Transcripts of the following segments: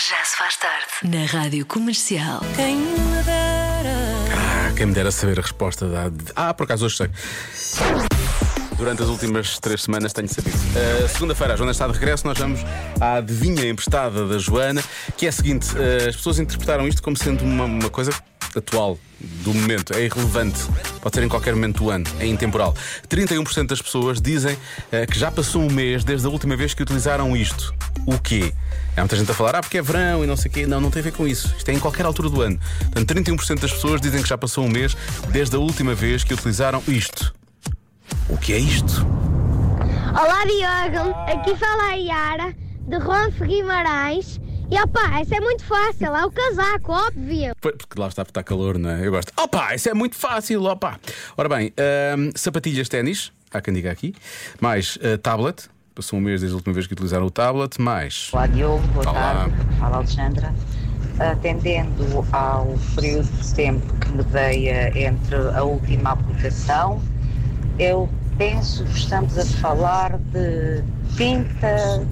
Já se faz tarde. Na Rádio Comercial. Quem me dera. Ah, quem me dera saber a resposta da. Ah, por acaso hoje sei. Durante as últimas três semanas tenho sabido. Ah, Segunda-feira, a Joana está de regresso, nós vamos à adivinha emprestada da Joana, que é a seguinte: ah, as pessoas interpretaram isto como sendo uma, uma coisa atual, do momento, é irrelevante, pode ser em qualquer momento do ano, é intemporal. 31% das pessoas dizem ah, que já passou um mês desde a última vez que utilizaram isto. O quê? Há muita gente a falar, ah, porque é verão e não sei o quê. Não, não tem a ver com isso. Isto é em qualquer altura do ano. Portanto, 31% das pessoas dizem que já passou um mês desde a última vez que utilizaram isto. O que é isto? Olá Diogo, aqui fala a Yara de Ronfe Guimarães. E opá, essa é muito fácil, é o casaco, óbvio. Pois, Porque lá está, porque está calor, não é? Eu gosto. Opa, isso é muito fácil, opa. Ora bem, hum, sapatilhas ténis, há quem diga aqui. Mais eh, tablet, passou um mês desde a última vez que utilizaram o tablet. Mais. Olá Diogo, boa Olá. tarde, fala Alexandra. Atendendo ao período de tempo que me deia entre a última aplicação, eu penso que estamos a falar de tinta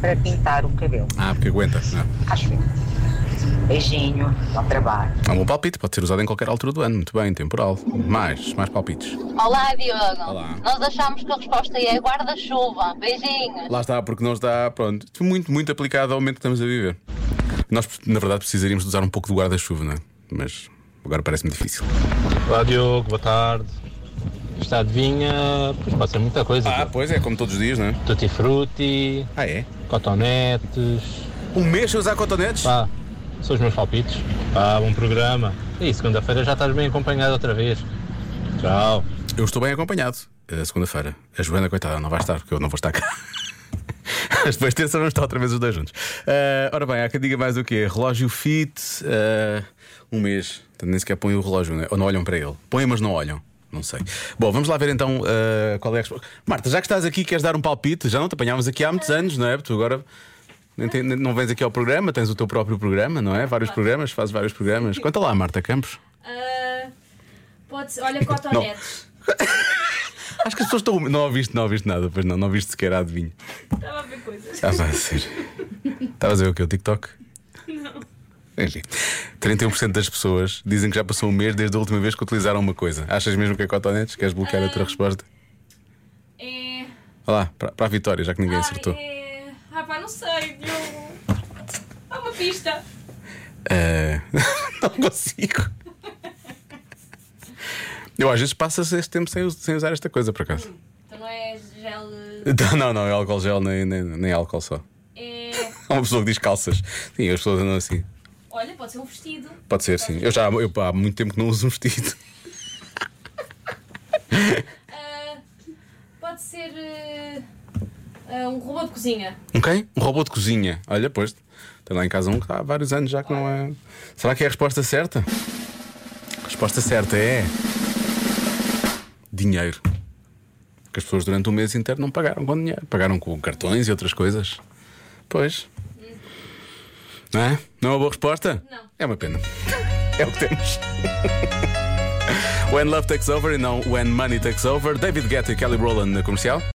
para pintar o cabelo. Ah, porque aguenta. Não. é? Acho eu. Beijinho, bom trabalho. É um bom palpite, pode ser usado em qualquer altura do ano. Muito bem, temporal. Mais, mais palpites. Olá, Diogo. Olá. Nós achamos que a resposta é guarda-chuva. Beijinhos. Lá está, porque não está, pronto, muito, muito aplicado ao momento que estamos a viver. Nós, na verdade, precisaríamos de usar um pouco de guarda-chuva, não é? Mas agora parece-me difícil. Olá Diogo, boa tarde. Esta adivinha, pois pode ser muita coisa. Ah, pois é, como todos os dias, não é? Tutti frutti, Ah, é? cotonetes. Um mês a usar cotonetes? Pá, são os meus palpites. Pá, Ah, bom programa. E segunda-feira já estás bem acompanhado outra vez. Tchau. Eu estou bem acompanhado. É segunda-feira. A Joana, coitada, não vai estar, porque eu não vou estar cá. Mas depois de terça vamos estar outra vez os dois juntos. Ah, ora bem, há quem diga mais o quê? Relógio fit, ah, um mês. Portanto, nem sequer põem o relógio, né? ou não olham para ele. Põem, mas não olham. Não sei. Bom, vamos lá ver então ah, qual é a resposta. Marta, já que estás aqui, queres dar um palpite? Já não te apanhámos aqui há muitos anos, não é? Tu agora nem te- nem- não vens aqui ao programa, tens o teu próprio programa, não é? Vários programas, fazes vários programas. Conta lá, Marta Campos. Ah, pode ser, olha, cotonetes. Acho que as pessoas estão. Não ouviste, não ouviste nada, pois não, não ouviste sequer a adivinha. Estava a ver coisas. Ah, vai ser. Estavas a ver o que? O TikTok? Não. Enfim, 31% das pessoas dizem que já passou um mês desde a última vez que utilizaram uma coisa. Achas mesmo que é cotonetes? Queres bloquear a tua resposta? É. Olha lá, para, para a vitória, já que ninguém acertou. Ai, é... Ah, pá, não sei, Diogo. Há uma pista. Eh, não consigo. Eu às vezes passo este tempo sem, us- sem usar esta coisa, por acaso. Então não é gel. eh, Então, Não, não, é álcool gel nem, nem, nem álcool só. É. Há uma pessoa que diz calças. Sim, as pessoas andam assim. Olha, pode ser um vestido. Pode ser, sim. Eu já eu, há muito tempo que não uso um vestido. Ah, pode ser. eh, ah, um robô de cozinha. Um quem? Um robô de cozinha. Olha, pois. Tem lá em casa um que está há vários anos já que não é. Será que é a resposta certa? A resposta certa é. Dinheiro. Que as pessoas durante o mês inteiro não pagaram com dinheiro. Pagaram com cartões e outras coisas. Pois. Não é? Não é uma boa resposta? Não. É uma pena. É o que temos. When Love Takes Over e não When Money Takes Over. David Guetta e Kelly Rowland na comercial.